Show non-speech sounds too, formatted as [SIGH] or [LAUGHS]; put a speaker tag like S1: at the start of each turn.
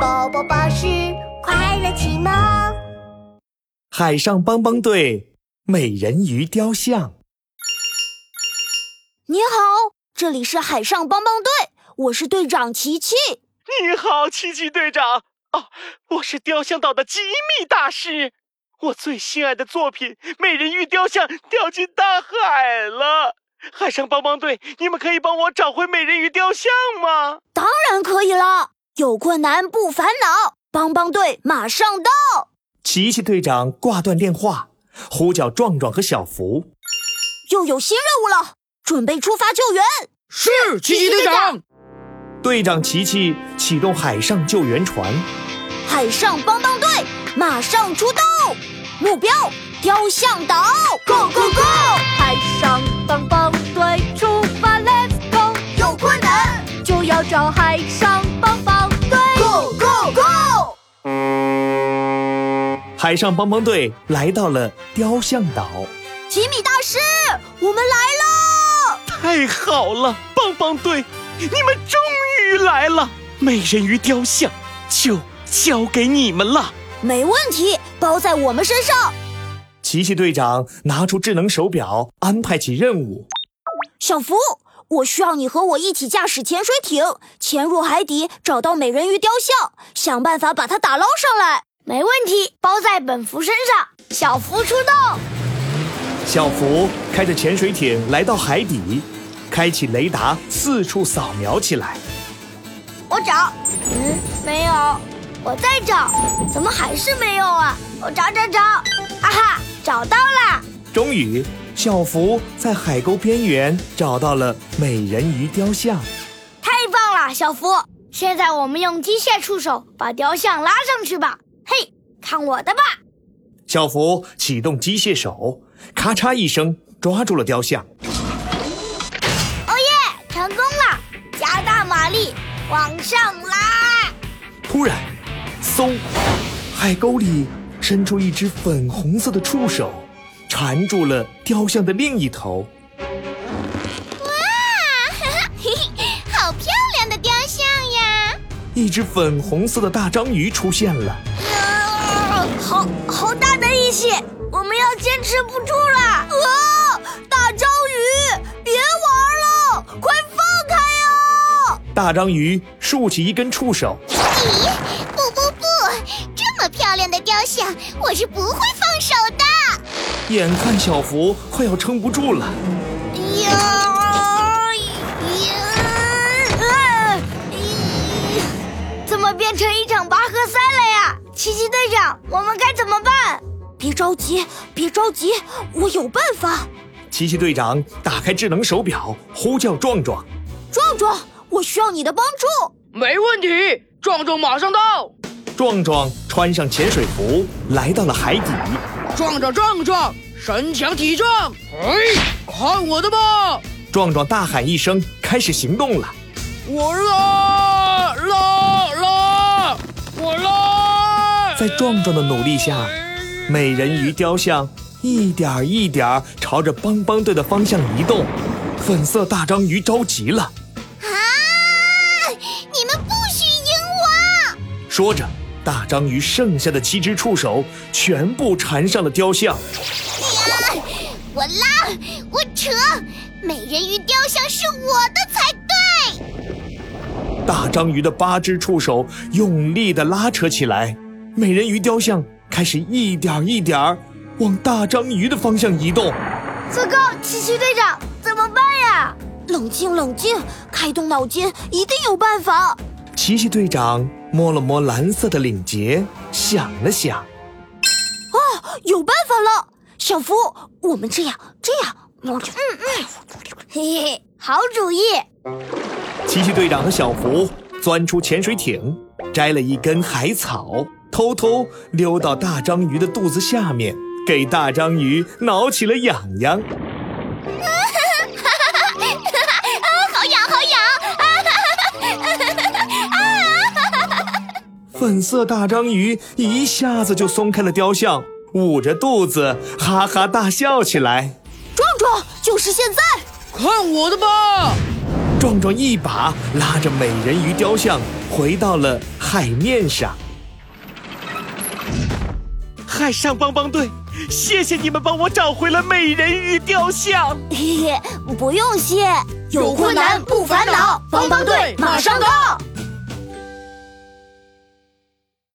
S1: 宝宝巴士快乐启蒙。
S2: 海上帮帮队美人鱼雕像，
S3: 你好，这里是海上帮帮队，我是队长琪琪。
S4: 你好，奇奇队长。哦，我是雕像岛的吉米大师。我最心爱的作品——美人鱼雕像掉进大海了。海上帮帮队，你们可以帮我找回美人鱼雕像吗？
S3: 当然可以啦，有困难不烦恼，帮帮队马上到。
S2: 琪琪队长挂断电话，呼叫壮壮和小福。
S3: 又有新任务了，准备出发救援。
S5: 是，奇奇队长。
S2: 队长琪琪启动海上救援船，
S3: 海上帮帮队马上出动，目标雕像岛，Go Go Go！
S6: 海上帮帮队出发，Let's go！
S1: 有困难
S6: 就要找海上帮帮队
S1: ，Go Go Go！
S2: 海上帮帮队来到了雕像岛。
S3: 吉米大师，我们来了！
S4: 太好了，帮帮队，你们终于来了！美人鱼雕像就交给你们了。
S3: 没问题，包在我们身上。
S2: 琪琪队长拿出智能手表，安排起任务。
S3: 小福，我需要你和我一起驾驶潜水艇，潜入海底，找到美人鱼雕像，想办法把它打捞上来。
S7: 没问题，包在本福身上。小福出动，
S2: 小福开着潜水艇来到海底，开启雷达四处扫描起来。
S7: 我找，嗯，没有，我再找，怎么还是没有啊？我找找找，啊哈，找到啦！
S2: 终于，小福在海沟边缘找到了美人鱼雕像。
S7: 太棒了，小福！现在我们用机械触手把雕像拉上去吧。嘿，看我的吧！
S2: 小福启动机械手，咔嚓一声抓住了雕像。
S7: 哦耶，成功了！加大马力，往上拉！
S2: 突然，嗖！海沟里伸出一只粉红色的触手，缠住了雕像的另一头。
S8: 哇，啊嘿嘿，好漂亮的雕像呀！
S2: 一只粉红色的大章鱼出现了。
S7: 啊好好大的力气，我们要坚持不住了！哦
S3: 啊，大章鱼，别玩了，快放开
S7: 啊
S3: 呀！
S2: 大章鱼竖起一根触手，
S8: 咦，不不不，这么漂亮的雕像，我是不会放手的。
S2: 眼看小福快要撑不住了，
S7: 呀呀！啊咦怎么变成一场拔河赛了呀？奇奇队长，我们该怎么办？
S3: 别着急，别着急，我有办法。
S2: 琪琪队长打开智能手表，呼叫壮壮。
S3: 壮壮，我需要你的帮助。
S5: 没问题，壮壮马上到。
S2: 壮壮穿上潜水服，来到了海底。
S5: 壮壮壮壮，身强体壮，嘿，看我的吧！
S2: 壮壮大喊一声，开始行动了。
S5: 我拉拉拉，我拉！哎
S2: 在壮壮的努力下，美人鱼雕像一点儿一点儿朝着帮帮队的方向移动。粉色大章鱼着急了，
S8: 啊，你们不许赢
S2: 说着，大章鱼剩下的七只触手全部缠上了雕像。
S8: 我！我拉，我扯，美人鱼雕像是我的才对。
S2: 大章鱼的八只触手用力地拉扯起来，美人鱼雕像开始一点儿一点儿往大章鱼的方向移动。
S7: 糟糕，奇奇队长，怎么办呀？
S3: 冷静，冷静，开动脑筋，一定有办法。
S2: 奇奇队长摸了摸蓝色的领结，想了想，
S3: 有办法了，小福，我们这样，这样，嗯嗯，
S7: 嘿嘿，好主
S3: [LAUGHS]
S7: 意！
S2: 奇奇队长和小福钻出潜水艇，摘了一根海草，偷偷溜到大章鱼的肚子下面，给大章鱼挠起了痒痒。
S8: 啊，好痒，好痒！
S2: 粉色大章鱼一下子就松开了雕像，捂着肚子哈哈大笑起来。
S3: 壮壮，就是现在！
S5: 看我的吧！
S2: 壮壮一把拉着美人鱼雕像回到了海面上。
S4: 海上帮帮队，谢谢你们帮我找回了美人鱼雕像。
S5: [LAUGHS]
S3: 嘿嘿，不用谢，
S5: 有困难不烦恼帮帮队马上
S3: 到。